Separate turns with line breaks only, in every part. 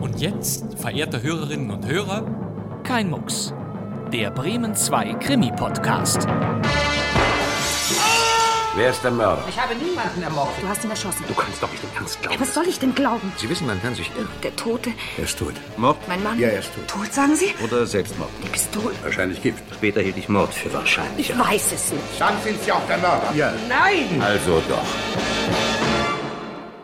Und jetzt, verehrte Hörerinnen und Hörer,
Kein Mucks. Der Bremen 2 Krimi-Podcast.
Wer ist der Mörder?
Ich habe niemanden ermordet.
Du hast ihn erschossen.
Du kannst doch nicht im Ernst glauben.
Was soll ich denn glauben?
Sie wissen, man kann sich irren.
Der Tote,
Er ist tot.
mein Mann.
Ja, er ist tot.
Tot, sagen Sie?
Oder Selbstmord.
Die Pistole.
Wahrscheinlich Gift. Später hielt ich Mord für wahrscheinlich.
Ich weiß es nicht.
Dann sind Sie auch der Mörder. Ja.
Nein!
Also doch.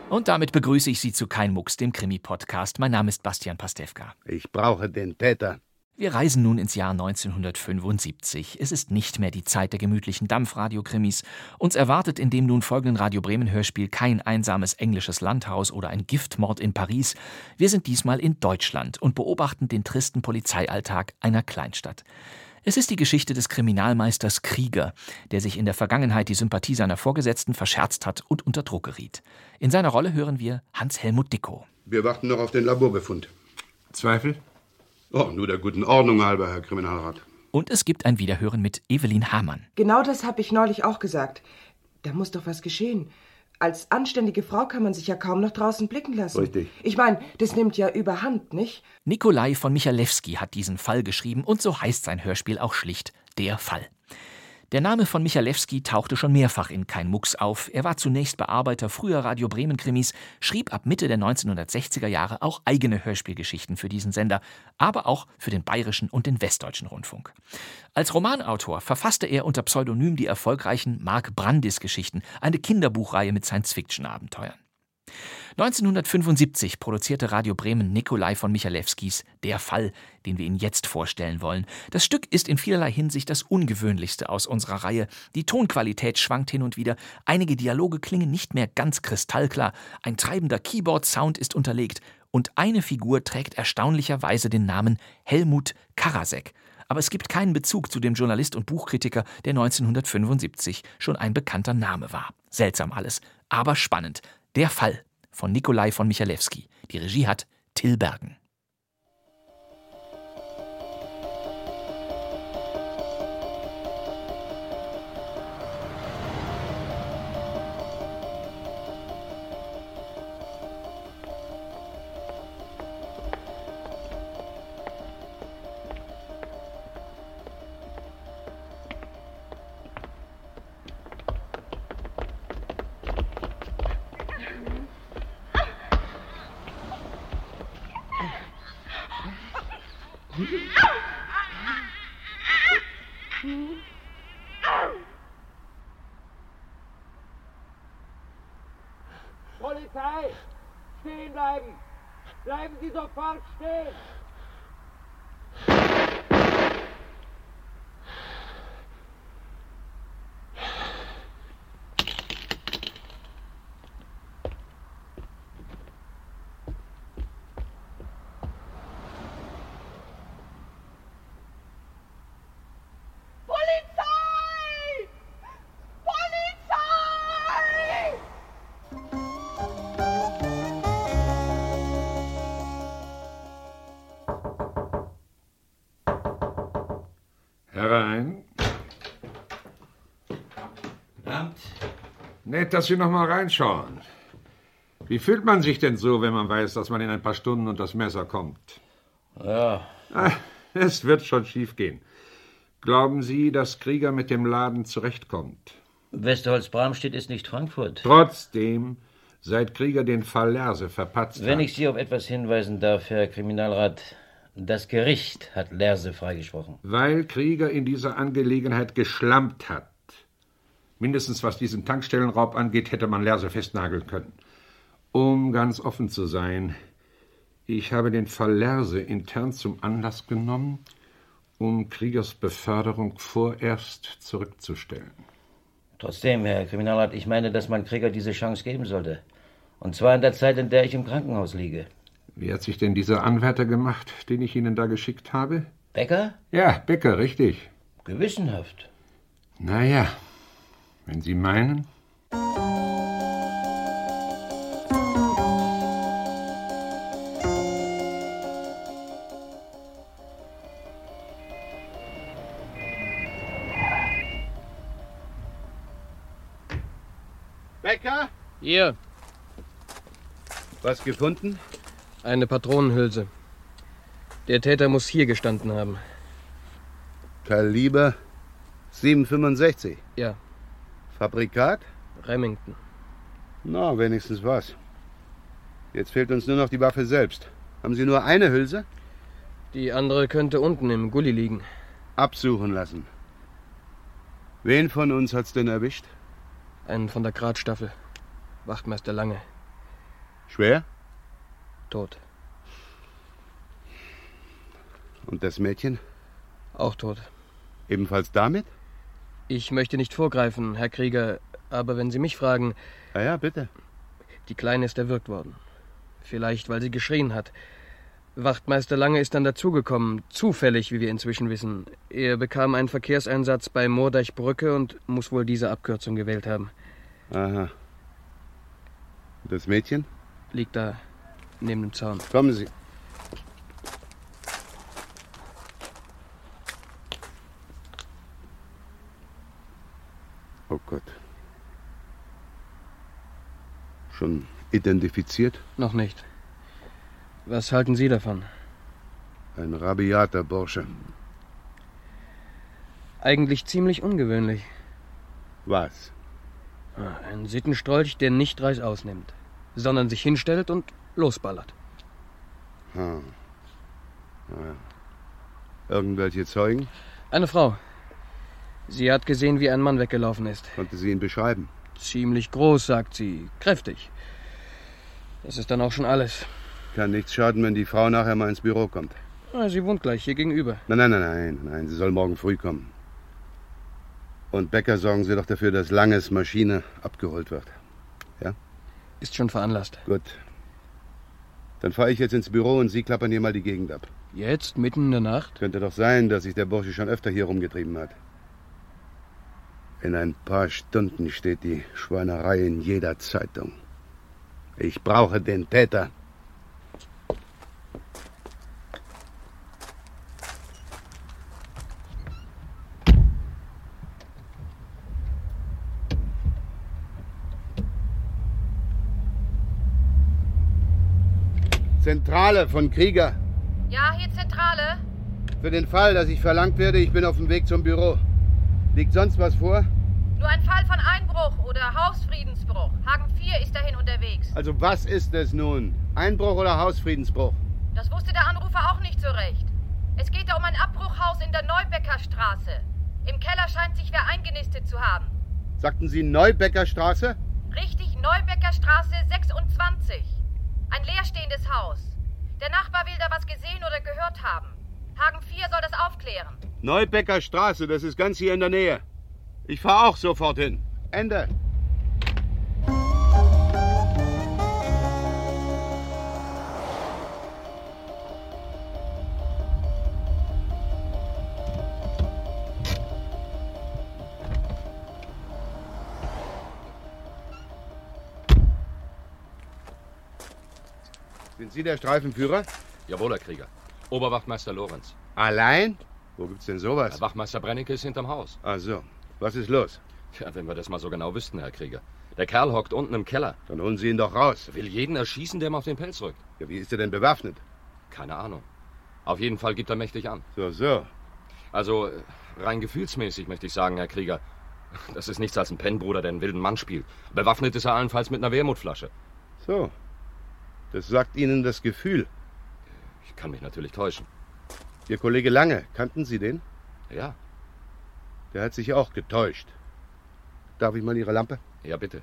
Und damit begrüße ich Sie zu Kein Mucks, dem Krimi-Podcast. Mein Name ist Bastian Pastewka.
Ich brauche den Täter.
Wir reisen nun ins Jahr 1975. Es ist nicht mehr die Zeit der gemütlichen Dampfradio-Krimis. Uns erwartet in dem nun folgenden Radio Bremen Hörspiel kein einsames englisches Landhaus oder ein Giftmord in Paris. Wir sind diesmal in Deutschland und beobachten den tristen Polizeialltag einer Kleinstadt. Es ist die Geschichte des Kriminalmeisters Krieger, der sich in der Vergangenheit die Sympathie seiner Vorgesetzten verscherzt hat und unter Druck geriet. In seiner Rolle hören wir Hans-Helmut Dickow.
Wir warten noch auf den Laborbefund.
Zweifel?
Oh, nur der guten Ordnung halber, Herr Kriminalrat.
Und es gibt ein Wiederhören mit Evelyn Hamann.
Genau das habe ich neulich auch gesagt. Da muss doch was geschehen. Als anständige Frau kann man sich ja kaum nach draußen blicken lassen.
Richtig.
Ich meine, das nimmt ja überhand, nicht?
Nikolai von Michalewski hat diesen Fall geschrieben und so heißt sein Hörspiel auch schlicht Der Fall. Der Name von Michalewski tauchte schon mehrfach in Kein Mucks auf. Er war zunächst Bearbeiter früher Radio Bremen Krimis, schrieb ab Mitte der 1960er Jahre auch eigene Hörspielgeschichten für diesen Sender, aber auch für den Bayerischen und den Westdeutschen Rundfunk. Als Romanautor verfasste er unter Pseudonym die erfolgreichen Mark Brandis Geschichten, eine Kinderbuchreihe mit Science-Fiction-Abenteuern. 1975 produzierte Radio Bremen Nikolai von Michalewskis Der Fall, den wir Ihnen jetzt vorstellen wollen. Das Stück ist in vielerlei Hinsicht das ungewöhnlichste aus unserer Reihe. Die Tonqualität schwankt hin und wieder, einige Dialoge klingen nicht mehr ganz kristallklar, ein treibender Keyboard-Sound ist unterlegt und eine Figur trägt erstaunlicherweise den Namen Helmut Karasek. Aber es gibt keinen Bezug zu dem Journalist und Buchkritiker, der 1975 schon ein bekannter Name war. Seltsam alles, aber spannend. Der Fall von Nikolai von Michalewski. Die Regie hat Till Bergen.
Polizei! Stehen bleiben! Bleiben Sie sofort stehen! Polizei! Polizei!
Herein. Nett, dass Sie noch mal reinschauen. Wie fühlt man sich denn so, wenn man weiß, dass man in ein paar Stunden und das Messer kommt? Ja. Es wird schon schiefgehen. Glauben Sie, dass Krieger mit dem Laden zurechtkommt?
Westerholz-Bramstedt ist nicht Frankfurt.
Trotzdem, seit Krieger den Fall Lerse verpatzt
Wenn
hat.
ich Sie auf etwas hinweisen darf, Herr Kriminalrat, das Gericht hat Lerse freigesprochen.
Weil Krieger in dieser Angelegenheit geschlampt hat. Mindestens was diesen Tankstellenraub angeht, hätte man Lerse festnageln können. Um ganz offen zu sein, ich habe den Fall Lerse intern zum Anlass genommen, um Kriegers Beförderung vorerst zurückzustellen.
Trotzdem, Herr Kriminalrat, ich meine, dass man Krieger diese Chance geben sollte. Und zwar in der Zeit, in der ich im Krankenhaus liege.
Wie hat sich denn dieser Anwärter gemacht, den ich Ihnen da geschickt habe?
Becker?
Ja, Becker, richtig.
Gewissenhaft.
Naja, wenn Sie meinen.
Becker?
Hier,
Was gefunden?
Eine Patronenhülse. Der Täter muss hier gestanden haben.
Kaliber 765.
Ja,
Fabrikat?
Remington.
Na, wenigstens was. Jetzt fehlt uns nur noch die Waffe selbst. Haben Sie nur eine Hülse?
Die andere könnte unten im Gully liegen.
Absuchen lassen. Wen von uns hat's denn erwischt?
Einen von der Gradstaffel. Wachtmeister Lange,
Schwer?
tot.
Und das Mädchen?
Auch tot.
Ebenfalls damit?
Ich möchte nicht vorgreifen, Herr Krieger, aber wenn Sie mich fragen,
Ja, ja, bitte.
die Kleine ist erwürgt worden. Vielleicht, weil sie geschrien hat. Wachtmeister Lange ist dann dazugekommen, zufällig, wie wir inzwischen wissen. Er bekam einen Verkehrseinsatz bei Moordeichbrücke und muss wohl diese Abkürzung gewählt haben.
Aha. Das Mädchen?
Liegt da neben dem Zaun.
Kommen Sie. Oh Gott. Schon identifiziert?
Noch nicht. Was halten Sie davon?
Ein rabiater Bursche.
Eigentlich ziemlich ungewöhnlich.
Was?
Ah, Ein Sittenstrolch, der nicht Reis ausnimmt, sondern sich hinstellt und losballert.
Hm. Ja. Irgendwelche Zeugen?
Eine Frau. Sie hat gesehen, wie ein Mann weggelaufen ist.
Konnte sie ihn beschreiben?
Ziemlich groß, sagt sie. Kräftig. Das ist dann auch schon alles.
Kann nichts schaden, wenn die Frau nachher mal ins Büro kommt.
Ah, Sie wohnt gleich hier gegenüber.
Nein, nein, nein, nein, nein, sie soll morgen früh kommen. Und Becker sorgen Sie doch dafür, dass Langes Maschine abgeholt wird.
Ist schon veranlasst.
Gut. Dann fahre ich jetzt ins Büro und Sie klappern hier mal die Gegend ab.
Jetzt, mitten in der Nacht?
Könnte doch sein, dass sich der Bursche schon öfter hier rumgetrieben hat. In ein paar Stunden steht die Schweinerei in jeder Zeitung. Ich brauche den Täter. Zentrale von Krieger.
Ja, hier Zentrale.
Für den Fall, dass ich verlangt werde, ich bin auf dem Weg zum Büro. Liegt sonst was vor?
Nur ein Fall von Einbruch oder Hausfriedensbruch. Hagen 4 ist dahin unterwegs.
Also was ist es nun? Einbruch oder Hausfriedensbruch?
Das wusste der Anrufer auch nicht so recht. Es geht da um ein Abbruchhaus in der Neubecker Straße. Im Keller scheint sich wer eingenistet zu haben.
Sagten Sie Neubecker Straße?
Richtig, Neubecker Straße 26. Ein leerstehendes Haus. Der Nachbar will da was gesehen oder gehört haben. Hagen 4 soll das aufklären.
Neubecker Straße, das ist ganz hier in der Nähe. Ich fahre auch sofort hin. Ende. Sind Sie der Streifenführer?
Jawohl, Herr Krieger. Oberwachtmeister Lorenz.
Allein? Wo gibt's denn sowas?
Herr Wachmeister Brennecke ist hinterm Haus.
Ach so. Was ist los?
Tja, wenn wir das mal so genau wüssten, Herr Krieger. Der Kerl hockt unten im Keller.
Dann holen Sie ihn doch raus.
Will jeden erschießen, der ihm auf den Pelz rückt.
Ja, wie ist er denn bewaffnet?
Keine Ahnung. Auf jeden Fall gibt er mächtig an.
So, so.
Also, äh, rein gefühlsmäßig möchte ich sagen, Herr Krieger. Das ist nichts als ein Pennbruder, der einen wilden Mann spielt. Bewaffnet ist er allenfalls mit einer Wermutflasche.
So. Das sagt Ihnen das Gefühl.
Ich kann mich natürlich täuschen.
Ihr Kollege Lange, kannten Sie den?
Ja,
Der hat sich auch getäuscht. Darf ich mal Ihre Lampe?
ja, bitte.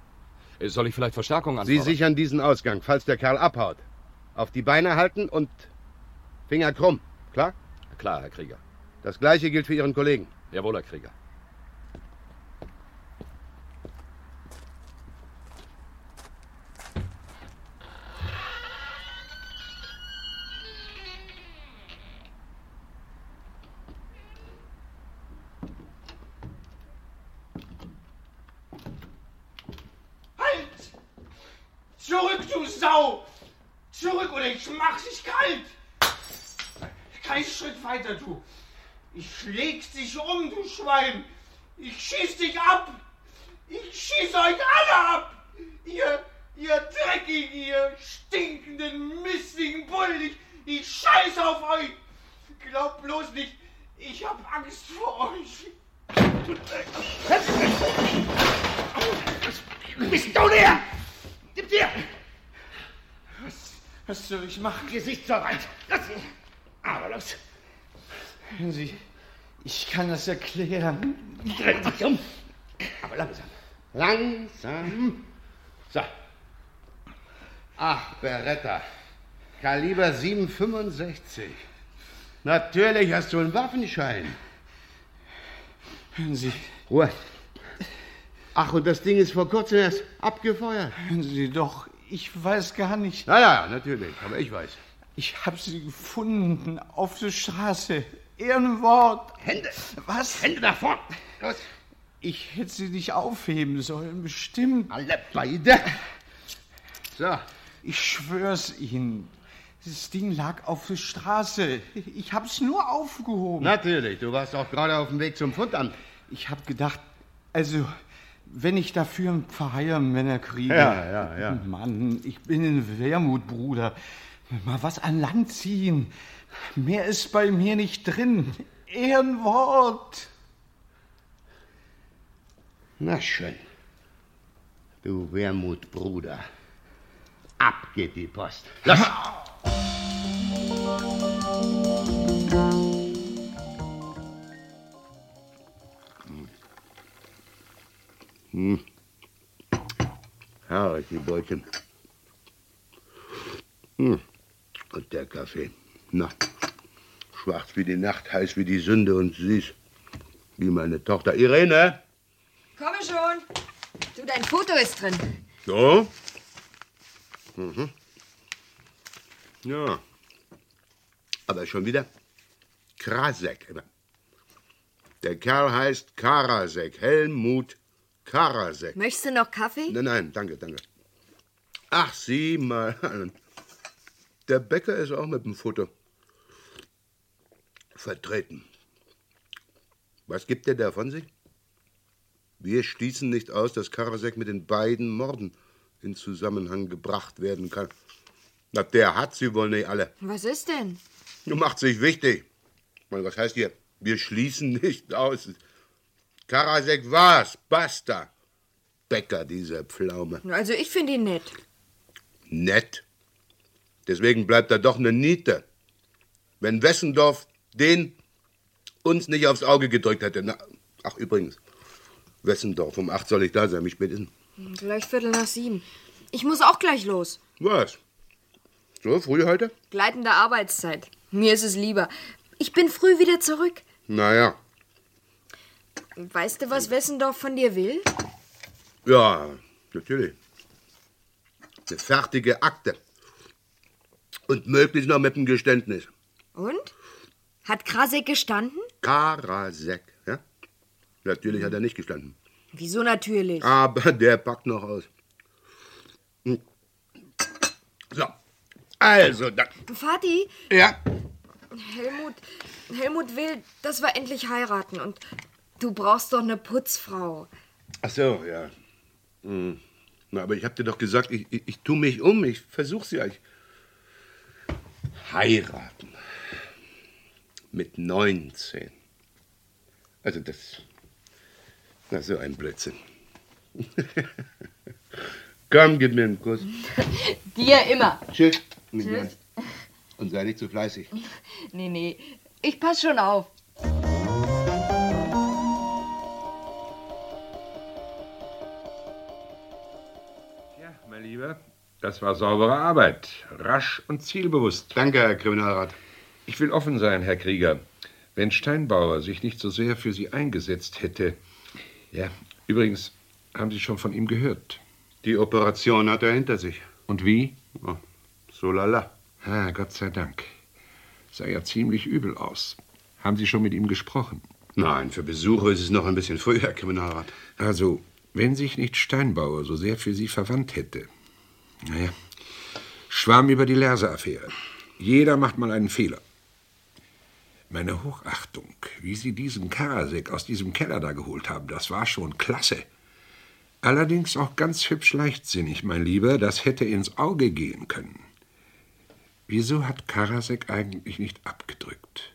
Äh, Soll ich vielleicht Verstärkung anfordern?
Sie sichern diesen Ausgang, falls der Kerl abhaut. Auf die Beine halten und Finger krumm. Klar?
Klar, Herr Krieger.
Das gleiche gilt für Ihren Kollegen.
Jawohl, Herr Krieger.
Halt! Zurück, du Sau! Zurück oder ich mach dich kalt! Kein Schritt weiter, du! Ich schläg dich um, du Schwein! Ich schieß dich ab! Ich schieß euch alle ab! Ihr, Ihr dreckigen, ihr stinkenden, mistigen Bullen! Ich, ich scheiß auf euch! Glaubt bloß nicht, ich hab Angst vor euch! Pistole her! Gib dir! Was, was soll ich machen? Gesicht zur Wand! Lass ihn! Aber los! Hören Sie, ich kann das erklären. Drehen Sie sich um! Aber langsam.
Langsam. So. Ach, Beretta. Kaliber 765. Natürlich hast du einen Waffenschein.
Hören Sie.
Ruhe. Ach, und das Ding ist vor kurzem erst abgefeuert.
Hören Sie doch, ich weiß gar nicht.
Na ja, natürlich, aber ich weiß.
Ich hab sie gefunden auf der Straße. Ehrenwort.
Hände.
Was?
Hände nach vorn. Los.
Ich hätte sie nicht aufheben sollen, bestimmt.
Alle beide. So.
Ich schwör's Ihnen. Das Ding lag auf der Straße. Ich hab's nur aufgehoben.
Natürlich, du warst auch gerade auf dem Weg zum Futtern.
Ich hab gedacht, also, wenn ich dafür ein paar Heiermänner kriege.
Ja, ja, ja.
Mann, ich bin in Wermut, Bruder. Mal was an Land ziehen. Mehr ist bei mir nicht drin. Ehrenwort.
Na schön. Du Wermutbruder. Ab geht die Post. Los! Hm. Herrlich, die Brötchen. Hm. Und der Kaffee. Na, schwarz wie die Nacht, heiß wie die Sünde und süß wie meine Tochter. Irene!
Komme schon. Du, dein Foto ist drin.
So. Mhm. Ja. Aber schon wieder Krasek. Der Kerl heißt Karasek. Helmut Karasek.
Möchtest du noch Kaffee?
Nein, nein, danke, danke. Ach, sieh mal an. Der Bäcker ist auch mit dem Foto vertreten. Was gibt der da von sich? Wir schließen nicht aus, dass Karasek mit den beiden Morden in Zusammenhang gebracht werden kann. Na, der hat sie wohl nicht alle.
Was ist denn?
Du macht sich wichtig. Ich meine, was heißt hier? Wir schließen nicht aus. Karasek war's. Basta. Bäcker, dieser Pflaume.
Also ich finde ihn nett.
Nett. Deswegen bleibt er doch eine Niete. Wenn Wessendorf den uns nicht aufs Auge gedrückt hätte. Na, ach, übrigens. Wessendorf, um acht soll ich da sein, wie spät ist denn?
Gleich Viertel nach sieben. Ich muss auch gleich los.
Was? So früh heute?
Gleitende Arbeitszeit. Mir ist es lieber. Ich bin früh wieder zurück.
Naja,
Weißt du, was Wessendorf von dir will?
ja, natürlich. Eine fertige Akte. Und möglichst noch mit einem Geständnis.
Und? Hat Krasek gestanden?
Karasek, ja? Natürlich hat er nicht gestanden.
Wieso natürlich?
Aber der packt noch aus. Hm. So, also dann.
Vati,
Ja,
Helmut, Helmut will, dass wir endlich heiraten. Und du brauchst doch eine Putzfrau.
ach so, ja. Hm. Na, aber ich hab dir doch gesagt, ich, ich, ich tu mich um, ich versuch's ja. Ich heiraten. Mit 19. Also das. Na, so ein Blödsinn. Komm, gib mir einen Kuss.
Dir immer.
Tschüss.
Tschüss.
Und sei nicht zu fleißig.
Nee, nee. Ich pass schon auf.
Ja, mein Lieber, das war saubere Arbeit. Rasch und zielbewusst.
Danke, Herr Kriminalrat.
Ich will offen sein, Herr Krieger. Wenn Steinbauer sich nicht so sehr für Sie eingesetzt hätte. Ja, übrigens, haben Sie schon von ihm gehört?
Die Operation hat er hinter sich.
Und wie?
Oh, so lala.
Ah, Gott sei Dank. Sah ja ziemlich übel aus. Haben Sie schon mit ihm gesprochen?
Nein, für Besuche ist es noch ein bisschen früh, Herr Kriminalrat.
Also, wenn sich nicht Steinbauer so sehr für Sie verwandt hätte. Naja, Schwamm über die Lerse-Affäre. Jeder macht mal einen Fehler. Meine Hochachtung, wie Sie diesen Karasek aus diesem Keller da geholt haben, das war schon klasse. Allerdings auch ganz hübsch leichtsinnig, mein Lieber, das hätte ins Auge gehen können. Wieso hat Karasek eigentlich nicht abgedrückt?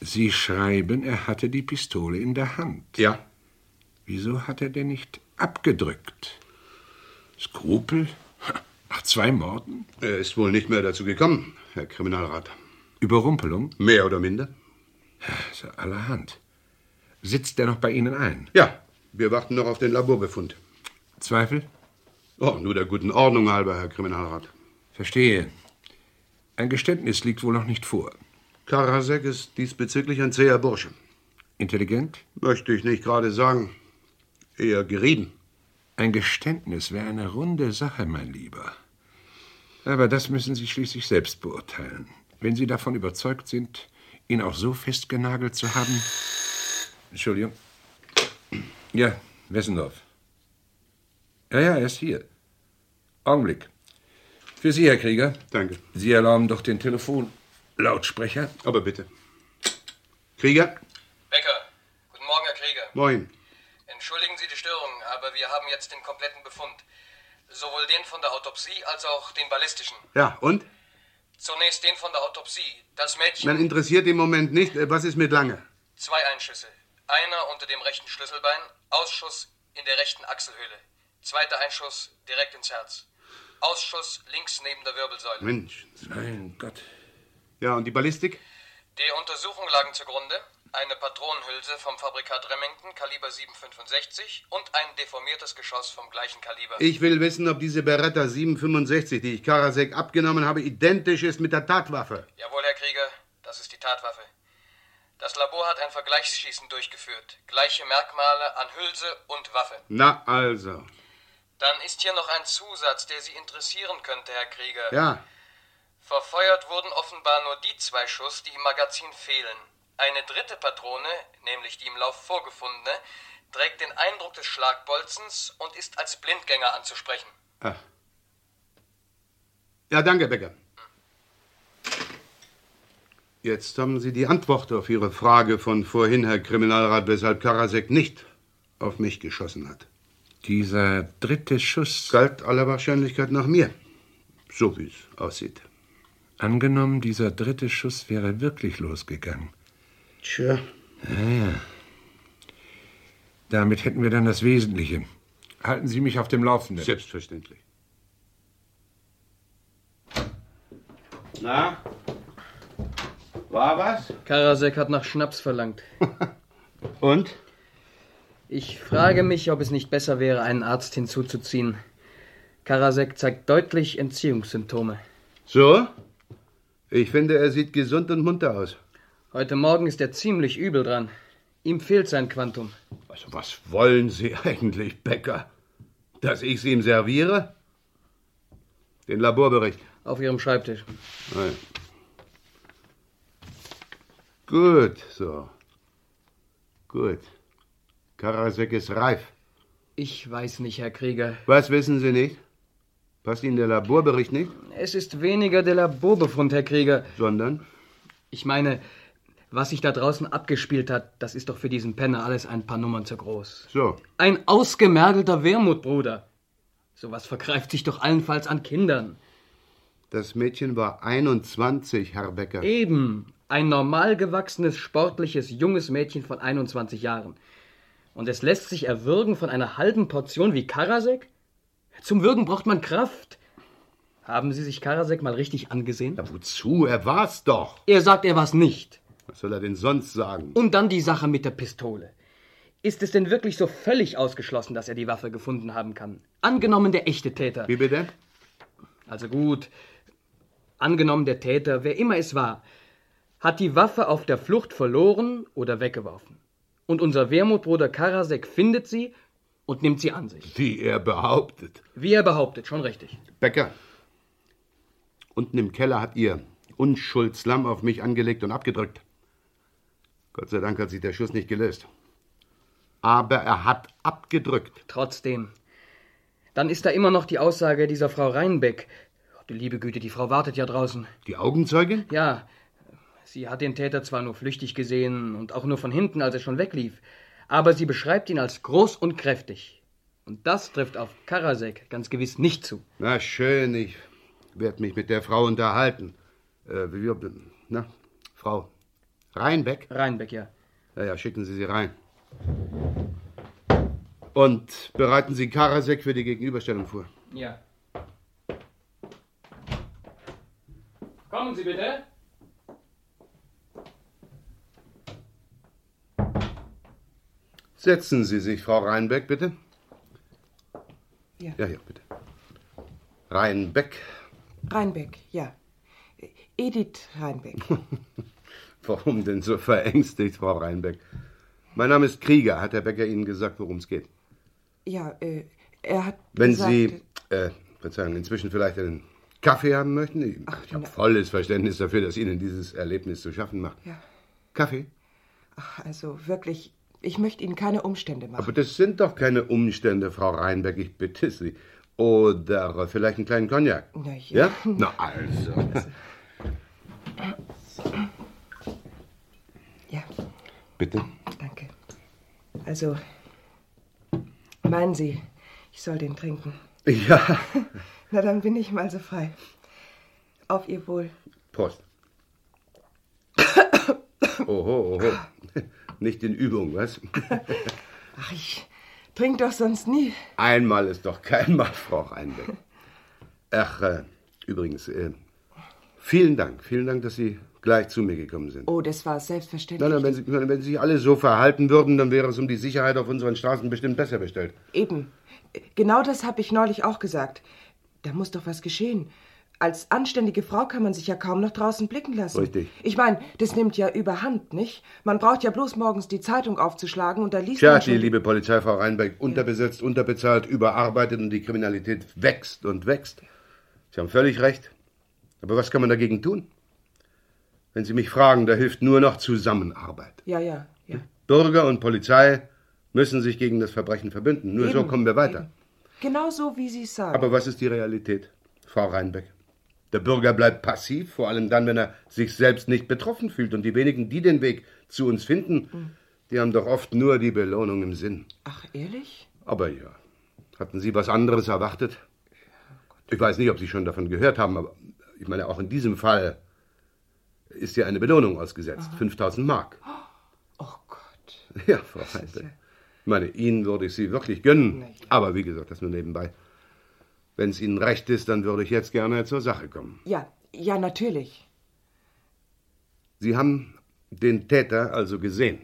Sie schreiben, er hatte die Pistole in der Hand.
Ja.
Wieso hat er denn nicht abgedrückt? Skrupel? Nach zwei Morden?
Er ist wohl nicht mehr dazu gekommen, Herr Kriminalrat.
Überrumpelung?
Mehr oder minder.
Also allerhand. Sitzt er noch bei Ihnen ein?
Ja, wir warten noch auf den Laborbefund.
Zweifel?
Oh, nur der guten Ordnung halber, Herr Kriminalrat.
Verstehe. Ein Geständnis liegt wohl noch nicht vor.
Karasek ist diesbezüglich ein zäher Bursche.
Intelligent?
Möchte ich nicht gerade sagen. Eher gerieben.
Ein Geständnis wäre eine runde Sache, mein Lieber. Aber das müssen Sie schließlich selbst beurteilen. Wenn Sie davon überzeugt sind, ihn auch so festgenagelt zu haben. Entschuldigung. Ja, Wessendorf. Ja, ja, er ist hier. Augenblick. Für Sie, Herr Krieger.
Danke.
Sie erlauben doch den Telefonlautsprecher.
Aber bitte. Krieger?
Becker, guten Morgen, Herr Krieger.
Moin.
Entschuldigen Sie die Störung, aber wir haben jetzt den kompletten Befund. Sowohl den von der Autopsie als auch den ballistischen.
Ja, und?
Zunächst den von der Autopsie. Das Mädchen.
Man interessiert im Moment nicht, äh, was ist mit Lange?
Zwei Einschüsse. Einer unter dem rechten Schlüsselbein, Ausschuss in der rechten Achselhöhle. Zweiter Einschuss direkt ins Herz. Ausschuss links neben der Wirbelsäule.
Mensch.
Mein Gott.
Ja, und die Ballistik?
Die Untersuchung lagen zugrunde eine Patronenhülse vom Fabrikat Remington, Kaliber 7,65 und ein deformiertes Geschoss vom gleichen Kaliber.
Ich will wissen, ob diese Beretta 765, die ich Karasek abgenommen habe, identisch ist mit der Tatwaffe.
Jawohl, Herr Krieger, das ist die Tatwaffe. Das Labor hat ein Vergleichsschießen durchgeführt. Gleiche Merkmale an Hülse und Waffe.
Na also.
Dann ist hier noch ein Zusatz, der Sie interessieren könnte, Herr Krieger.
Ja,
Verfeuert wurden offenbar nur die zwei Schuss, die im Magazin fehlen. Eine dritte Patrone, nämlich die im Lauf vorgefundene, trägt den Eindruck des Schlagbolzens und ist als Blindgänger anzusprechen.
Ah. Ja, Ah, danke, Becker. Jetzt haben Sie die Antwort auf Ihre Frage von vorhin, Herr Kriminalrat, weshalb Karasek nicht auf mich geschossen hat.
Dieser dritte Schuss
galt aller Wahrscheinlichkeit nach mir, so wie es aussieht.
Angenommen, dieser dritte Schuss wäre wirklich losgegangen.
Tja.
Ja, ja. Damit hätten wir dann das Wesentliche. Halten Sie mich auf dem Laufenden.
Selbstverständlich.
Na? War was? Karasek hat nach Schnaps verlangt.
Und?
Ich frage mich, ob es nicht besser wäre, einen Arzt hinzuzuziehen. Karasek zeigt deutlich Entziehungssymptome.
So? Ich finde, er sieht gesund und munter aus.
Heute Morgen ist er ziemlich übel dran. Ihm fehlt sein Quantum.
Also was wollen Sie eigentlich, Becker? Dass ich sie ihm serviere? Den Laborbericht.
Auf Ihrem Schreibtisch.
Nein. Gut, so. Gut. Karasek ist reif.
Ich weiß nicht, Herr Krieger.
Was wissen Sie nicht? Passt Ihnen der Laborbericht nicht?
Es ist weniger der Laborbefund, Herr Krieger.
Sondern?
Ich meine, was sich da draußen abgespielt hat, das ist doch für diesen Penner alles ein paar Nummern zu groß.
So.
Ein ausgemergelter Wermutbruder. Sowas vergreift sich doch allenfalls an Kindern.
Das Mädchen war 21, Herr Becker.
Eben. Ein normal gewachsenes, sportliches, junges Mädchen von 21 Jahren. Und es lässt sich erwürgen von einer halben Portion wie Karasek? Zum Würgen braucht man Kraft. Haben Sie sich Karasek mal richtig angesehen?
Ja, wozu? Er war's doch.
Er sagt, er war's nicht.
Was soll er denn sonst sagen?
Und dann die Sache mit der Pistole. Ist es denn wirklich so völlig ausgeschlossen, dass er die Waffe gefunden haben kann? Angenommen, der echte Täter.
Wie bitte?
Also gut. Angenommen, der Täter, wer immer es war, hat die Waffe auf der Flucht verloren oder weggeworfen. Und unser Wermutbruder Karasek findet sie und nimmt sie an sich.
Wie er behauptet.
Wie er behauptet, schon richtig.
Becker. Unten im Keller hat ihr Unschuldsslamm auf mich angelegt und abgedrückt. Gott sei Dank hat sich der Schuss nicht gelöst. Aber er hat abgedrückt.
Trotzdem. Dann ist da immer noch die Aussage dieser Frau Reinbeck. Du liebe Güte, die Frau wartet ja draußen.
Die Augenzeugin?
Ja, sie hat den Täter zwar nur flüchtig gesehen und auch nur von hinten, als er schon weglief, aber sie beschreibt ihn als groß und kräftig. Und das trifft auf Karasek ganz gewiss nicht zu.
Na schön, ich werde mich mit der Frau unterhalten. Äh, wie wir, na, Frau Reinbeck?
Reinbeck, ja.
Ja, ja, schicken Sie sie rein. Und bereiten Sie Karasek für die Gegenüberstellung vor.
Ja. Kommen Sie bitte.
Setzen Sie sich, Frau Reinbeck, bitte.
Ja.
Ja, ja, bitte. Reinbeck,
Reinbeck, ja. Edith Reinbeck.
warum denn so verängstigt, Frau Reinbeck? Mein Name ist Krieger. Hat Herr Becker Ihnen gesagt, worum es geht?
ja, äh, er hat.
Wenn
gesagt,
Sie, äh, Verzeihung, inzwischen vielleicht einen Kaffee haben möchten? Ich, ich habe volles Verständnis dafür, dass Ihnen dieses Erlebnis zu schaffen macht.
Ja.
Kaffee?
Ach, also wirklich, ich möchte Ihnen keine Umstände machen.
Aber das sind doch keine Umstände, Frau Reinbeck, ich bitte Sie. Oder vielleicht einen kleinen Cognac.
Na ja.
ja? Na also.
Ja,
Bitte?
danke. Also, meinen Sie, ich soll den trinken?
Ja.
Na, dann bin ich mal so frei. Auf Ihr Wohl.
Prost. Oho, oho. Nicht in Übung, was?
Ach, ich trink doch sonst nie.
Einmal ist doch kein Mal, Frau Reinbeck. Ach, äh, übrigens, äh, vielen Dank. Vielen Dank, dass Sie gleich zu mir gekommen sind.
Oh, das war selbstverständlich.
Nein, nein, wenn, Sie, wenn Sie sich alle so verhalten würden, dann wäre es um die Sicherheit auf unseren Straßen bestimmt besser bestellt.
Eben. Genau das habe ich neulich auch gesagt. Da muss doch was geschehen. Als anständige Frau kann man sich ja kaum noch draußen blicken lassen.
Richtig.
Ich meine, das nimmt ja überhand, nicht? Man braucht ja bloß morgens die Zeitung aufzuschlagen und da liest
Tja,
man schon...
die liebe Polizei, Frau Reinbeck, unterbesetzt, unterbezahlt, überarbeitet und die Kriminalität wächst und wächst. Sie haben völlig recht. Aber was kann man dagegen tun? Wenn Sie mich fragen, da hilft nur noch Zusammenarbeit.
Ja, ja, ja.
Bürger und Polizei müssen sich gegen das Verbrechen verbünden. Nur so
Eben,
kommen wir weiter.
Genau so, wie Sie es sagen.
Aber was ist die Realität, Frau Reinbeck? Der Bürger bleibt passiv, vor allem dann, wenn er sich selbst nicht betroffen fühlt. Und die wenigen, die den Weg zu uns finden,
Hm.
die haben doch oft nur die Belohnung im Sinn.
Ach, ehrlich?
Aber ja, hatten Sie was anderes erwartet? Ich weiß nicht, ob Sie schon davon gehört haben, aber ich meine, auch in diesem Fall ist ja eine Belohnung ausgesetzt. 5000 Mark. Oh Gott. Ja, Frau Heinte. Ich meine, Ihnen würde ich sie wirklich gönnen. Aber wie gesagt, das nur nebenbei. Wenn es Ihnen recht ist, dann würde ich jetzt gerne zur Sache kommen.
Ja, ja, natürlich.
Sie haben den Täter also gesehen.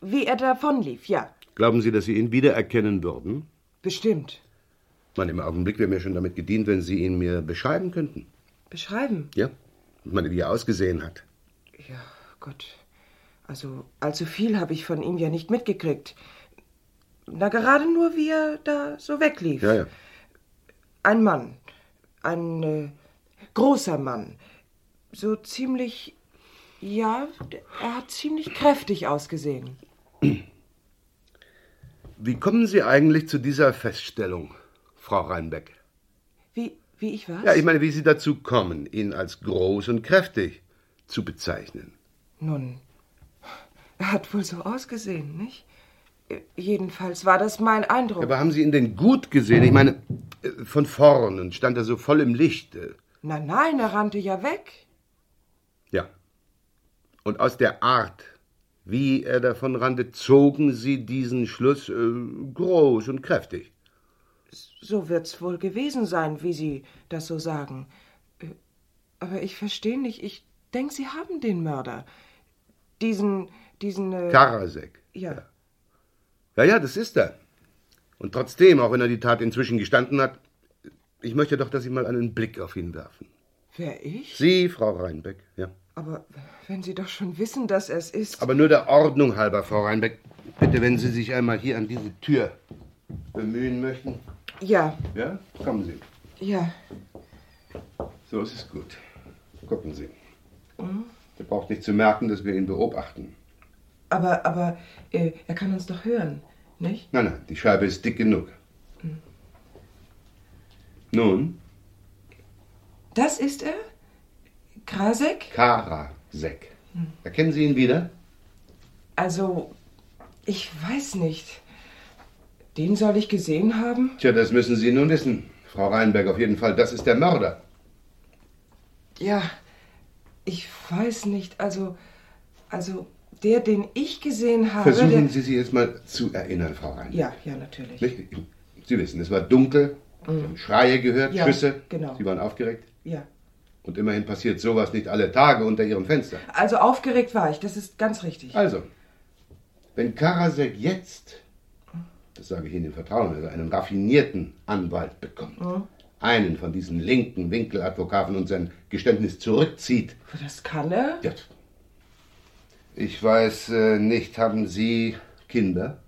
Wie er davonlief, ja,
Glauben Sie, dass Sie ihn wiedererkennen würden?
bestimmt.
Ich meine, im Augenblick wäre mir schon damit gedient, wenn Sie ihn mir beschreiben könnten.
Beschreiben.
Ja, ich meine, wie er ausgesehen hat.
Ja, Gott. Also, allzu viel habe ich von ihm ja nicht mitgekriegt. Na, gerade nur, wie er da so weglief.
Ja, ja.
Ein Mann. Ein äh, großer Mann. So ziemlich. Ja, d- er hat ziemlich kräftig ausgesehen.
Wie kommen Sie eigentlich zu dieser Feststellung, Frau Reinbeck?
Wie, wie ich was?
Ja, ich meine, wie Sie dazu kommen, ihn als groß und kräftig zu bezeichnen.
Nun, er hat wohl so ausgesehen, nicht? Äh, Jedenfalls war das mein Eindruck.
Aber haben Sie ihn denn gut gesehen? Ich meine, äh, von vorn und stand er so voll im Licht. äh,
Na nein, er rannte ja weg.
Ja. Und aus der Art, wie er davon rannte, zogen Sie diesen Schluss äh, groß und kräftig.
So wird's wohl gewesen sein, wie Sie das so sagen. Äh, Aber ich verstehe nicht. Ich denk, Sie haben den Mörder. Diesen, diesen. Äh,
Karasek.
Ja.
Ja, ja, das ist er. Und trotzdem, auch wenn er die Tat inzwischen gestanden hat, ich möchte doch, dass Sie mal einen Blick auf ihn werfen.
Wer ich?
Sie, Frau Reinbeck, ja.
Aber wenn Sie doch schon wissen, dass es ist.
Aber nur der Ordnung halber, Frau Reinbeck, bitte, wenn Sie sich einmal hier an diese Tür bemühen möchten.
Ja,
Ja, kommen Sie.
ja.
So ist es gut. Gucken Sie.
Hm?
Er braucht nicht zu merken, dass wir ihn beobachten.
Aber, aber äh, er kann uns doch hören, nicht?
Nein, nein, die Scheibe ist dick genug.
Mhm.
Nun,
Das ist er? Krasek?
Karasek. Erkennen Sie ihn wieder?
Also, ich weiß nicht. Den soll ich gesehen haben?
Tja, das müssen Sie nun wissen, Frau Reinberg, auf jeden Fall. Das ist der Mörder.
Ja, ich weiß nicht. Also, also der, den ich gesehen habe.
Versuchen
der,
Sie sich jetzt mal zu erinnern, Frau Reinberg.
Ah, Ja, ja, natürlich.
Nicht? Sie wissen, es war dunkel,
Mhm.
Schreie gehört,
Ja,
Schüsse.
genau.
Sie waren aufgeregt.
Ja.
Und immerhin passiert sowas nicht alle Tage unter Ihrem Fenster.
Also aufgeregt war ich, das ist ganz richtig.
Also, wenn Karasek jetzt, das sage ich Ihnen im Vertrauen, also einen raffinierten Anwalt bekommt,
Hm?
einen von diesen linken Winkeladvokaten und sein Geständnis zurückzieht.
Das kann er?
Ja. Ich weiß äh, nicht, haben Sie Kinder?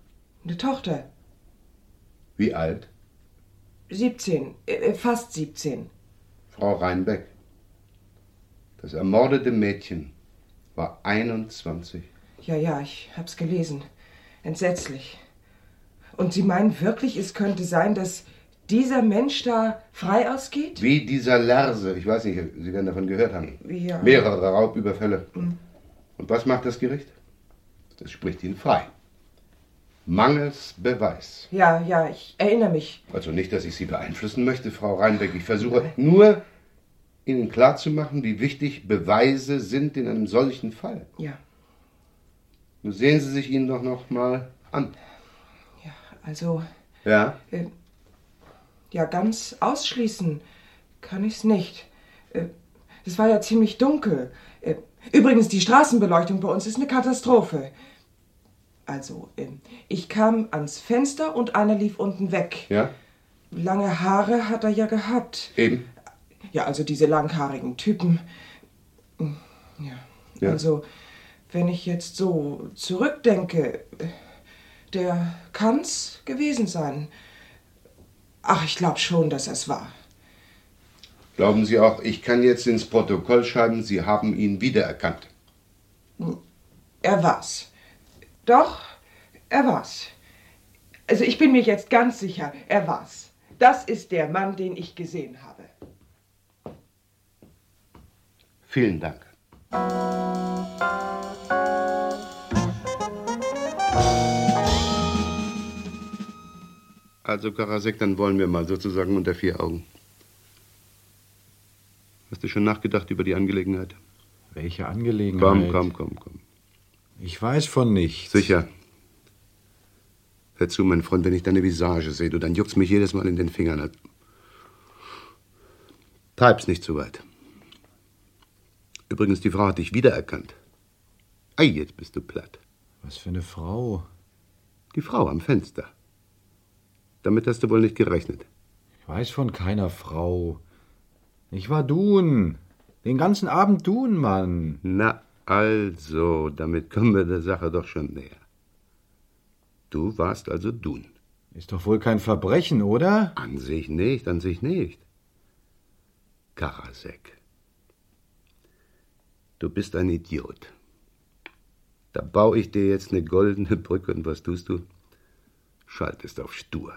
Eine Tochter,
Wie alt?
17, äh, äh, fast 17.
Frau Reinbeck. Das ermordete Mädchen war 21.
Ja, ja, ich hab's gelesen. Entsetzlich. Und Sie meinen wirklich, es könnte sein, dass dieser Mensch da frei ausgeht?
Wie dieser Lerse. Ich weiß nicht, Sie werden davon gehört haben.
Ja.
Mehrere Raubüberfälle.
Mhm.
Und was macht das Gericht? Es spricht ihn frei. Mangels Beweis.
Ja, ja, ich erinnere mich.
Also nicht, dass ich Sie beeinflussen möchte, Frau Reinbeck. Ich versuche nur, Ihnen klarzumachen, wie wichtig Beweise sind in einem solchen Fall.
Ja,
Nun sehen Sie sich ihn doch noch mal an.
also,
Ja?
äh, ja, ganz ausschließen kann ich's nicht. Äh, es war ja ziemlich dunkel. Äh, übrigens, die Straßenbeleuchtung bei uns ist eine Katastrophe. Also, äh, ich kam ans Fenster und einer lief unten weg.
Ja?
Lange Haare hat er ja gehabt.
Eben.
Ja, also diese langhaarigen Typen.
Ja.
Also, wenn ich jetzt so zurückdenke, äh, der kann's gewesen sein. Ach, ich glaube schon, dass es war.
Glauben Sie auch, ich kann jetzt ins Protokoll schreiben, Sie haben ihn wiedererkannt.
Er war's. Doch, er war's. Also ich bin mir jetzt ganz sicher, er war's. Das ist der Mann, den ich gesehen habe.
Vielen Dank. Also, Karasek, dann wollen wir mal sozusagen unter vier Augen. Hast du schon nachgedacht über die Angelegenheit?
Welche Angelegenheit?
Komm, komm, komm, komm.
Ich weiß von nichts.
Sicher. Hör zu, mein Freund, wenn ich deine Visage sehe, du, dann juckt's mich jedes Mal in den Fingern. Treib's nicht zu weit. Übrigens, die Frau hat dich wiedererkannt. Ei, jetzt bist du platt.
Was für eine Frau?
Die Frau am Fenster. Damit hast du wohl nicht gerechnet.
Ich weiß von keiner Frau. Ich war Dun. Den ganzen Abend Dun, Mann.
Na, also, damit kommen wir der Sache doch schon näher. Du warst also Dun.
Ist doch wohl kein Verbrechen, oder?
An sich nicht, an sich nicht. Karasek, du bist ein Idiot. Da baue ich dir jetzt eine goldene Brücke und was tust du? Schaltest auf stur.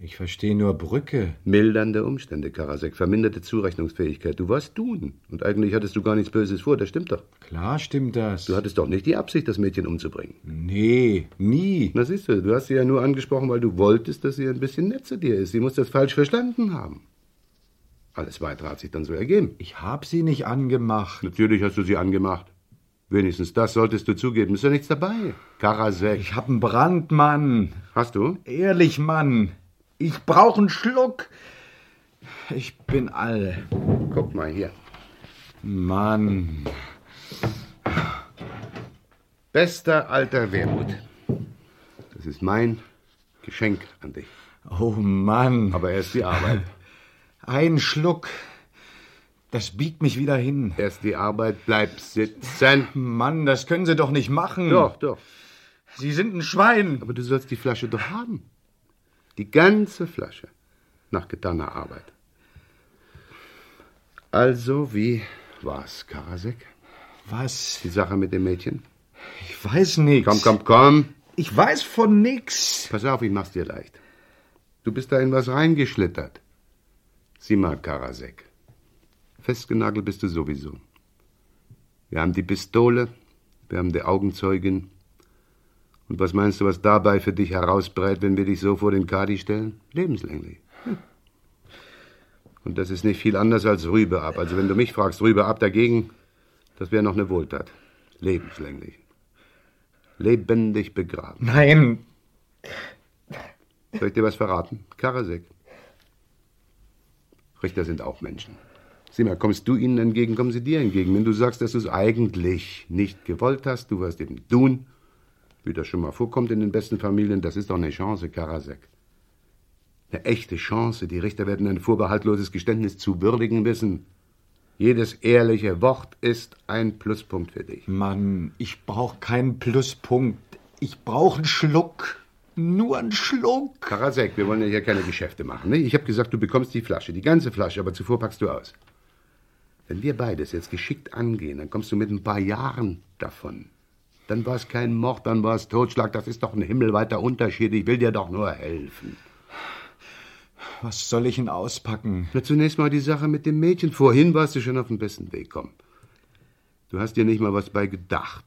Ich verstehe nur Brücke.
Mildernde Umstände, Karasek, verminderte Zurechnungsfähigkeit. Du warst Dun und eigentlich hattest du gar nichts Böses vor, das stimmt doch.
Klar stimmt das.
Du hattest doch nicht die Absicht, das Mädchen umzubringen.
Nee, nie.
Na siehst du, du hast sie ja nur angesprochen, weil du wolltest, dass sie ein bisschen nett zu dir ist. Sie muss das falsch verstanden haben. Alles Weitere hat sich dann so ergeben.
Ich hab sie nicht angemacht.
Natürlich hast du sie angemacht. Wenigstens das solltest du zugeben. Ist ja nichts dabei. Karasek.
Ich hab einen Brand, Mann.
Hast du?
Ehrlich, Mann. Ich brauch einen Schluck. Ich bin alle.
Guck mal hier.
Mann.
Bester alter Wermut. Das ist mein Geschenk an dich.
Oh Mann.
Aber erst die Arbeit.
Ein Schluck. Das biegt mich wieder hin.
Erst die Arbeit, bleib sitzen.
Mann, das können Sie doch nicht machen.
Doch, doch.
Sie sind ein Schwein.
Aber du sollst die Flasche doch haben. Die ganze Flasche. Nach getaner Arbeit. Also, wie war's, Karasek?
Was?
Die Sache mit dem Mädchen?
Ich weiß nichts.
Komm, komm, komm.
Ich weiß von nix.
Pass auf, ich mach's dir leicht. Du bist da in was reingeschlittert. Sieh mal, Karasek. Festgenagelt bist du sowieso. Wir haben die Pistole, wir haben die Augenzeugin Und was meinst du, was dabei für dich herausbreit, wenn wir dich so vor den Kadi stellen? Lebenslänglich. Hm. Und das ist nicht viel anders als Rübe ab. Also wenn du mich fragst, Rübe ab dagegen, das wäre noch eine Wohltat. Lebenslänglich. Lebendig begraben.
Nein.
Soll ich dir was verraten? Karasek. Richter sind auch Menschen. Sieh mal, kommst du ihnen entgegen, kommen sie dir entgegen. Wenn du sagst, dass du es eigentlich nicht gewollt hast, du wirst eben tun, wie das schon mal vorkommt in den besten Familien, das ist doch eine Chance, Karasek. Eine echte Chance. Die Richter werden ein vorbehaltloses Geständnis zu würdigen wissen. Jedes ehrliche Wort ist ein Pluspunkt für dich.
Mann, ich brauche keinen Pluspunkt. Ich brauche einen Schluck. Nur einen Schluck.
Karasek, wir wollen ja hier keine Geschäfte machen. Ne? Ich habe gesagt, du bekommst die Flasche, die ganze Flasche, aber zuvor packst du aus. Wenn wir beides jetzt geschickt angehen, dann kommst du mit ein paar Jahren davon. Dann war es kein Mord, dann war es Totschlag. Das ist doch ein himmelweiter Unterschied. Ich will dir doch nur helfen.
Was soll ich denn auspacken?
Na, zunächst mal die Sache mit dem Mädchen. Vorhin warst du schon auf dem besten Weg. Komm. Du hast dir nicht mal was bei gedacht.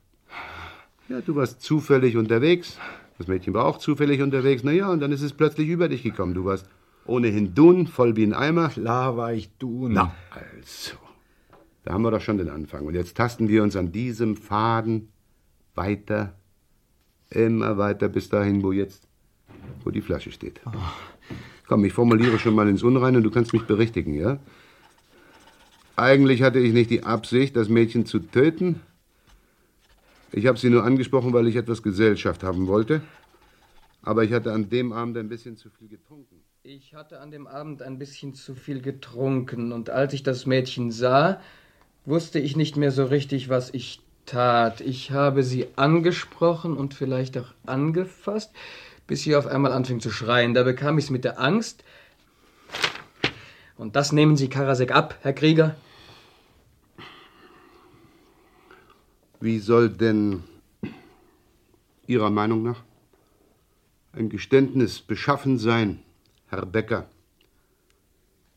Ja, du warst zufällig unterwegs. Das Mädchen war auch zufällig unterwegs. Na ja, und dann ist es plötzlich über dich gekommen. Du warst ohnehin dun, voll wie ein Eimer.
Klar war ich dun.
Na, also. Da haben wir doch schon den Anfang. Und jetzt tasten wir uns an diesem Faden weiter, immer weiter bis dahin, wo jetzt, wo die Flasche steht.
Ah.
Oh. Komm, ich formuliere schon mal ins Unreine, du kannst mich berichtigen, ja? Eigentlich hatte ich nicht die Absicht, das Mädchen zu töten. Ich habe sie nur angesprochen, weil ich etwas Gesellschaft haben wollte. Aber ich hatte an dem Abend ein bisschen zu viel getrunken.
Ich hatte an dem Abend ein bisschen zu viel getrunken und als ich das Mädchen sah, wusste ich nicht mehr so richtig, was ich tat. Ich habe sie angesprochen und vielleicht auch angefasst bis sie auf einmal anfing zu schreien. Da bekam ich's mit der Angst. Und das nehmen Sie Karasek ab, Herr Krieger.
Wie soll denn Ihrer Meinung nach ein Geständnis beschaffen sein, Herr Becker?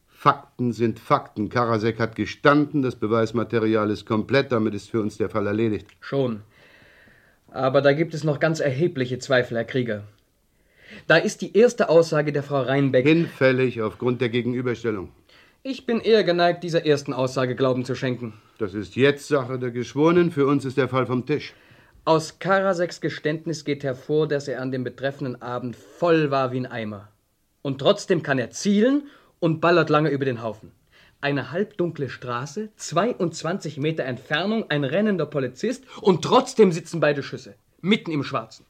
Fakten sind Fakten. Karasek hat gestanden, das Beweismaterial ist komplett, damit ist für uns der Fall erledigt.
Schon. Aber da gibt es noch ganz erhebliche Zweifel, Herr Krieger. Da ist die erste Aussage der Frau Reinbeck.
Hinfällig aufgrund der Gegenüberstellung.
Ich bin eher geneigt, dieser ersten Aussage Glauben zu schenken.
Das ist jetzt Sache der Geschworenen. Für uns ist der Fall vom Tisch.
Aus Karaseks Geständnis geht hervor, dass er an dem betreffenden Abend voll war wie ein Eimer. Und trotzdem kann er zielen und ballert lange über den Haufen. Eine halbdunkle Straße, 22 Meter Entfernung, ein rennender Polizist und trotzdem sitzen beide Schüsse. Mitten im Schwarzen.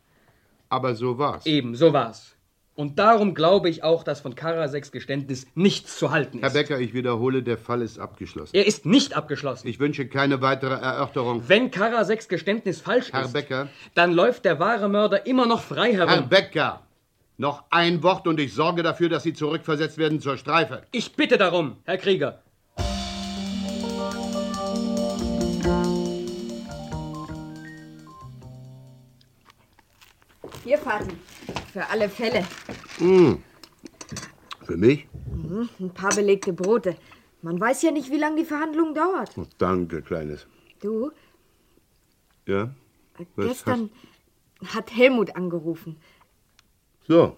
Aber so war's.
Eben, so war's. Und darum glaube ich auch, dass von Karaseks Geständnis nichts zu halten ist.
Herr Becker, ich wiederhole, der Fall ist abgeschlossen.
Er ist nicht abgeschlossen.
Ich wünsche keine weitere Erörterung.
Wenn Karaseks Geständnis falsch
Herr
ist,
Becker.
dann läuft der wahre Mörder immer noch frei herum.
Herr Becker, noch ein Wort und ich sorge dafür, dass Sie zurückversetzt werden zur Streife.
Ich bitte darum, Herr Krieger.
Hier, Vati. Für alle Fälle.
Hm. Für mich?
Mhm, ein paar belegte Brote. Man weiß ja nicht, wie lange die Verhandlung dauert.
Oh, danke, Kleines.
Du, äh,
Ja? Was
gestern hat Helmut angerufen.
hast- So,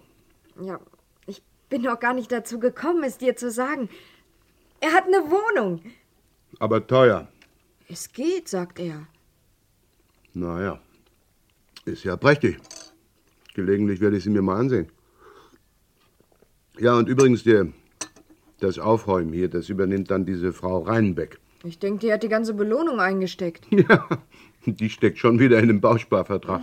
Ja, ich bin noch gar nicht dazu gekommen, es dir zu sagen. Er hat eine Wohnung.
aber teuer.
Es geht, sagt er.
Naja, ist ja prächtig. Gelegentlich werde ich sie mir mal ansehen. Ja, und übrigens, der, das Aufräumen hier, das übernimmt dann diese Frau Reinbeck.
Ich denke, die hat die ganze Belohnung eingesteckt.
Die steckt schon wieder in den Bausparvertrag.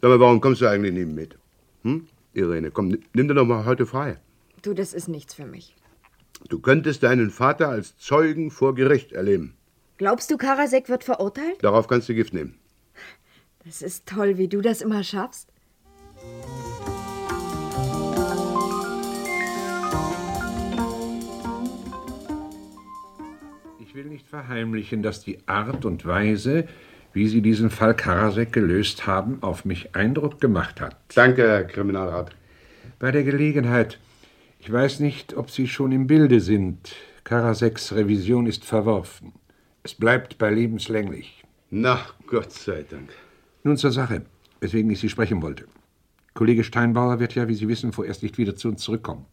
Sag mal, warum kommst du eigentlich nie mit? Hm? Irene, komm, nimm- nimm dir doch mal heute frei.
Du, das ist nichts für mich.
Du könntest deinen Vater als Zeugen vor Gericht erleben.
Glaubst du, Karasek wird verurteilt?
Darauf kannst du Gift nehmen.
Das ist toll, wie du das immer schaffst.
Ich will nicht verheimlichen, dass die Art und Weise, wie Sie diesen Fall Karasek gelöst haben, auf mich Eindruck gemacht hat.
Danke, Herr Kriminalrat.
Bei der Gelegenheit, ich weiß nicht, ob Sie schon im Bilde sind. Karaseks Revision ist verworfen. Es bleibt bei lebenslänglich.
Na, Gott sei Dank.
Nun zur Sache. weswegen ich Sie sprechen wollte. Kollege Steinbauer wird ja, wie Sie wissen, vorerst nicht wieder zu uns zurückkommen.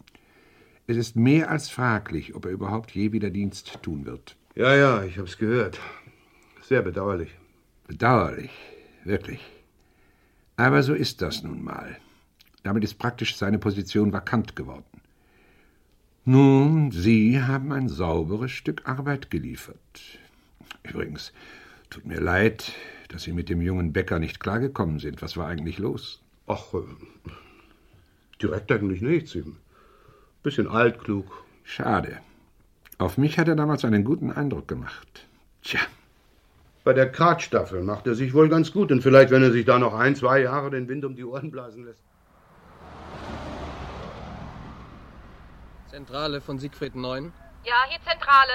Es ist mehr als fraglich, ob er überhaupt je wieder Dienst tun wird.
Ja, ja, ich hab's gehört. Sehr bedauerlich.
Bedauerlich, wirklich. Aber so ist das nun mal. Damit ist praktisch seine Position vakant geworden. Nun, Sie haben ein sauberes Stück Arbeit geliefert. Übrigens, tut mir leid, dass Sie mit dem jungen Bäcker nicht klargekommen sind. Was war eigentlich los?
Ach, äh, direkt eigentlich nichts. Bisschen altklug.
Schade. Auf mich hat er damals einen guten Eindruck gemacht. Tja.
Bei der Kratstaffel macht er sich wohl ganz gut und vielleicht, wenn er sich da noch ein, zwei Jahre den Wind um die Ohren blasen lässt.
Zentrale von Siegfried 9.
Ja, hier Zentrale.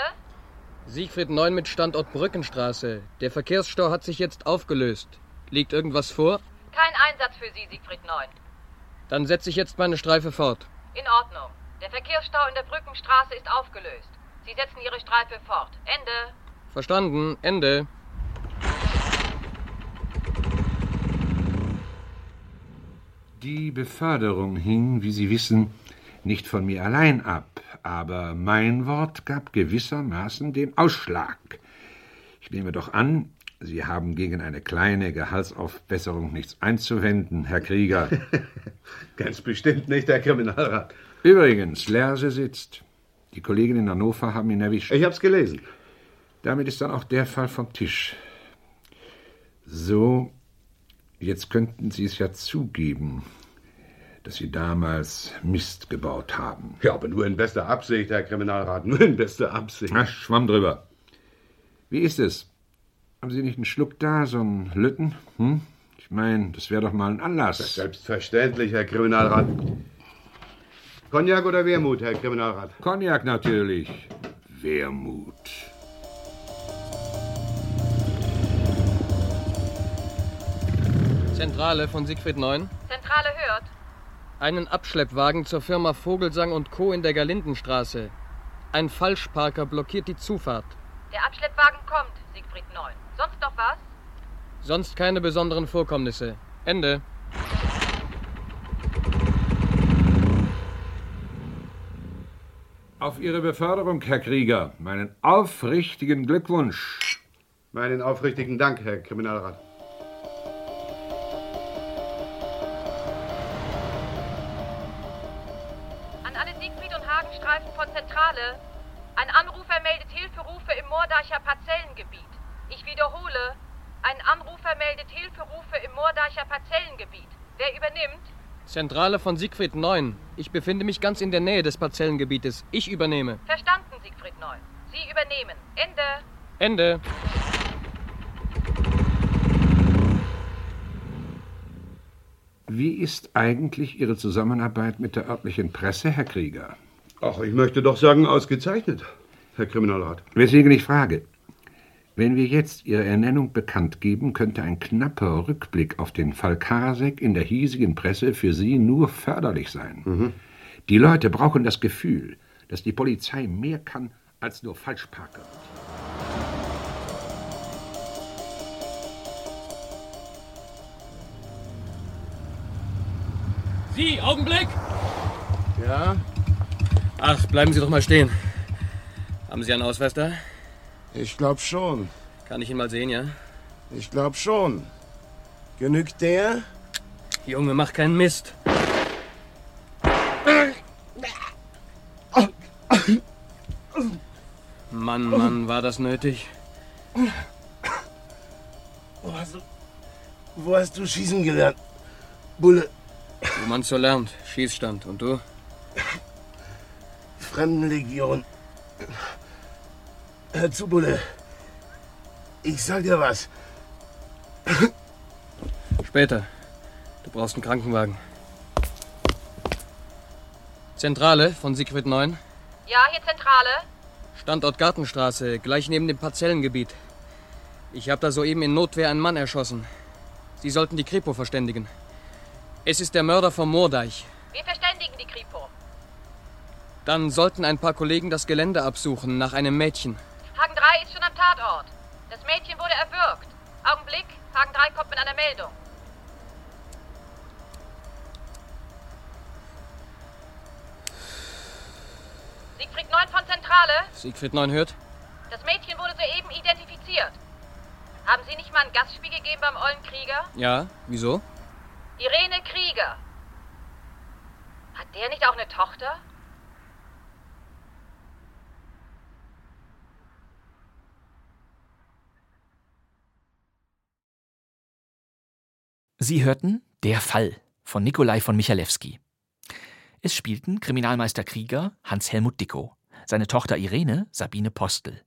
Siegfried 9 mit Standort Brückenstraße. Der Verkehrsstau hat sich jetzt aufgelöst. Liegt irgendwas vor?
Kein Einsatz für Sie, Siegfried 9.
Dann setze ich jetzt meine Streife fort.
In Ordnung. Der Verkehrsstau in der Brückenstraße ist aufgelöst. Sie setzen Ihre Streife fort. Ende.
Verstanden, Ende.
Die Beförderung hing, wie Sie wissen, nicht von mir allein ab, aber mein Wort gab gewissermaßen den Ausschlag. Ich nehme doch an, Sie haben gegen eine kleine Gehaltsaufbesserung nichts einzuwenden, Herr Krieger.
Ganz bestimmt nicht, Herr Kriminalrat.
Übrigens, Lerse sitzt. Die Kollegen in Hannover haben ihn erwischt.
Ich hab's gelesen.
Damit ist dann auch der Fall vom Tisch. So, jetzt könnten Sie es ja zugeben, dass Sie damals Mist gebaut haben.
Ja, aber nur in bester Absicht, Herr Kriminalrat, nur in bester Absicht.
Ach, schwamm drüber. Wie ist es? Haben Sie nicht einen Schluck da, so einen Lütten? Hm? Ich meine, das wäre doch mal ein Anlass.
selbstverständlich, Herr Kriminalrat. Cognac oder Wermut, Herr Kriminalrat?
Cognac natürlich. Wermut.
Zentrale von Siegfried 9.
Zentrale hört.
Einen Abschleppwagen zur Firma Vogelsang und Co. in der Galindenstraße. Ein Falschparker blockiert die Zufahrt.
Der Abschleppwagen kommt, Siegfried 9. Sonst noch was?
Sonst keine besonderen Vorkommnisse. Ende.
Auf Ihre Beförderung, Herr Krieger. Meinen aufrichtigen Glückwunsch.
Meinen aufrichtigen Dank, Herr Kriminalrat.
An alle Siegfried und Hagenstreifen von Zentrale. Ein Anrufer meldet Hilferufe im Moordeicher Parzellengebiet. Ich wiederhole. Ein Anrufer meldet Hilferufe im Moordeicher Parzellengebiet. Wer übernimmt?
Zentrale von Siegfried 9. Ich befinde mich ganz in der Nähe des Parzellengebietes. Ich übernehme.
Verstanden, Siegfried 9. Sie übernehmen. Ende.
Ende.
Wie ist eigentlich Ihre Zusammenarbeit mit der örtlichen Presse, Herr Krieger?
Ach, ich möchte doch sagen, ausgezeichnet, Herr Kriminalrat.
Weswegen ich frage. Wenn wir jetzt Ihre Ernennung bekannt geben, könnte ein knapper Rückblick auf den Fall Karasek in der hiesigen Presse für Sie nur förderlich sein.
Mhm.
Die Leute brauchen das Gefühl, dass die Polizei mehr kann als nur Falschparker.
Sie, Augenblick!
Ja? Ach, bleiben Sie doch mal stehen. Haben Sie einen Ausweis da?
Ich glaub schon.
Kann ich ihn mal sehen, ja?
Ich glaub schon. Genügt der?
Junge, mach keinen Mist. Mann, Mann, war das nötig?
Wo hast du, wo hast du schießen gelernt? Bulle,
Wo man so lernt. Schießstand. Und du?
Fremdenlegion. Hör zu, Bulle. Ich sag dir was.
Später. Du brauchst einen Krankenwagen. Zentrale von Siegfried 9.
Ja, hier Zentrale.
Standort Gartenstraße, gleich neben dem Parzellengebiet. Ich habe da soeben in Notwehr einen Mann erschossen. Sie sollten die Kripo verständigen. Es ist der Mörder vom Moordeich.
Wir verständigen die Kripo.
Dann sollten ein paar Kollegen das Gelände absuchen nach einem Mädchen.
Hagen 3 ist schon am Tatort. Das Mädchen wurde erwürgt. Augenblick, Hagen 3 kommt mit einer Meldung. Siegfried 9 von Zentrale,
Siegfried Neun hört?
das Mädchen wurde soeben identifiziert. Haben Sie nicht mal ein Gastspiel gegeben beim Ollen Krieger?
Ja, wieso?
Irene Krieger. Hat der nicht auch eine Tochter?
Sie hörten Der Fall von Nikolai von Michalewski. Es spielten Kriminalmeister Krieger Hans-Helmut Dickow, seine Tochter Irene Sabine Postel,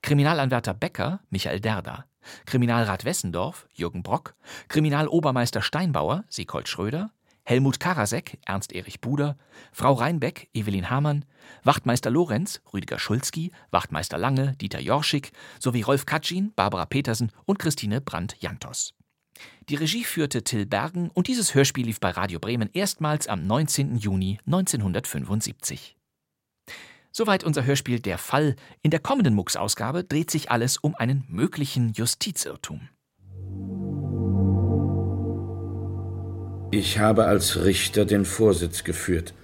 Kriminalanwärter Becker Michael Derda, Kriminalrat Wessendorf Jürgen Brock, Kriminalobermeister Steinbauer Sikold Schröder, Helmut Karasek Ernst Erich Buder, Frau Reinbeck Evelyn Hamann, Wachtmeister Lorenz Rüdiger Schulzki, Wachtmeister Lange Dieter Jorschik sowie Rolf Katschin, Barbara Petersen und Christine Brandt-Jantos. Die Regie führte Till Bergen und dieses Hörspiel lief bei Radio Bremen erstmals am 19. Juni 1975. Soweit unser Hörspiel Der Fall. In der kommenden MUX-Ausgabe dreht sich alles um einen möglichen Justizirrtum.
Ich habe als Richter den Vorsitz geführt,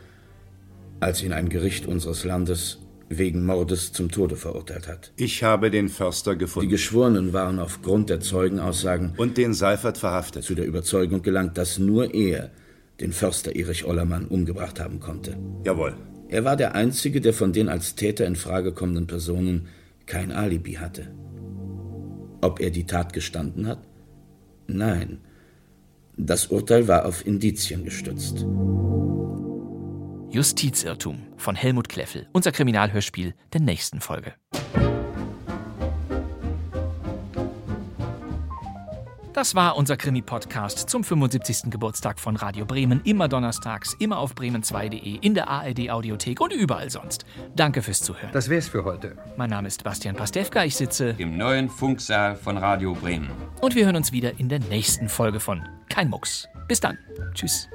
als ihn ein Gericht unseres Landes wegen Mordes zum Tode verurteilt hat.
Ich habe den Förster gefunden.
Die Geschworenen waren aufgrund der Zeugenaussagen
und den Seifert verhaftet.
Zu der Überzeugung gelangt, dass nur er den Förster Erich Ollermann umgebracht haben konnte.
Jawohl.
Er war der einzige, der von den als Täter in Frage kommenden Personen kein Alibi hatte. Ob er die Tat gestanden hat? Nein. Das Urteil war auf Indizien gestützt.
Justizirrtum von Helmut Kleffel, unser Kriminalhörspiel der nächsten Folge. Das war unser Krimi-Podcast zum 75. Geburtstag von Radio Bremen. Immer donnerstags, immer auf bremen2.de, in der ARD-Audiothek und überall sonst. Danke fürs Zuhören.
Das wär's für heute.
Mein Name ist Bastian Pastewka, ich sitze
im neuen Funksaal von Radio Bremen.
Und wir hören uns wieder in der nächsten Folge von Kein Mucks. Bis dann. Tschüss.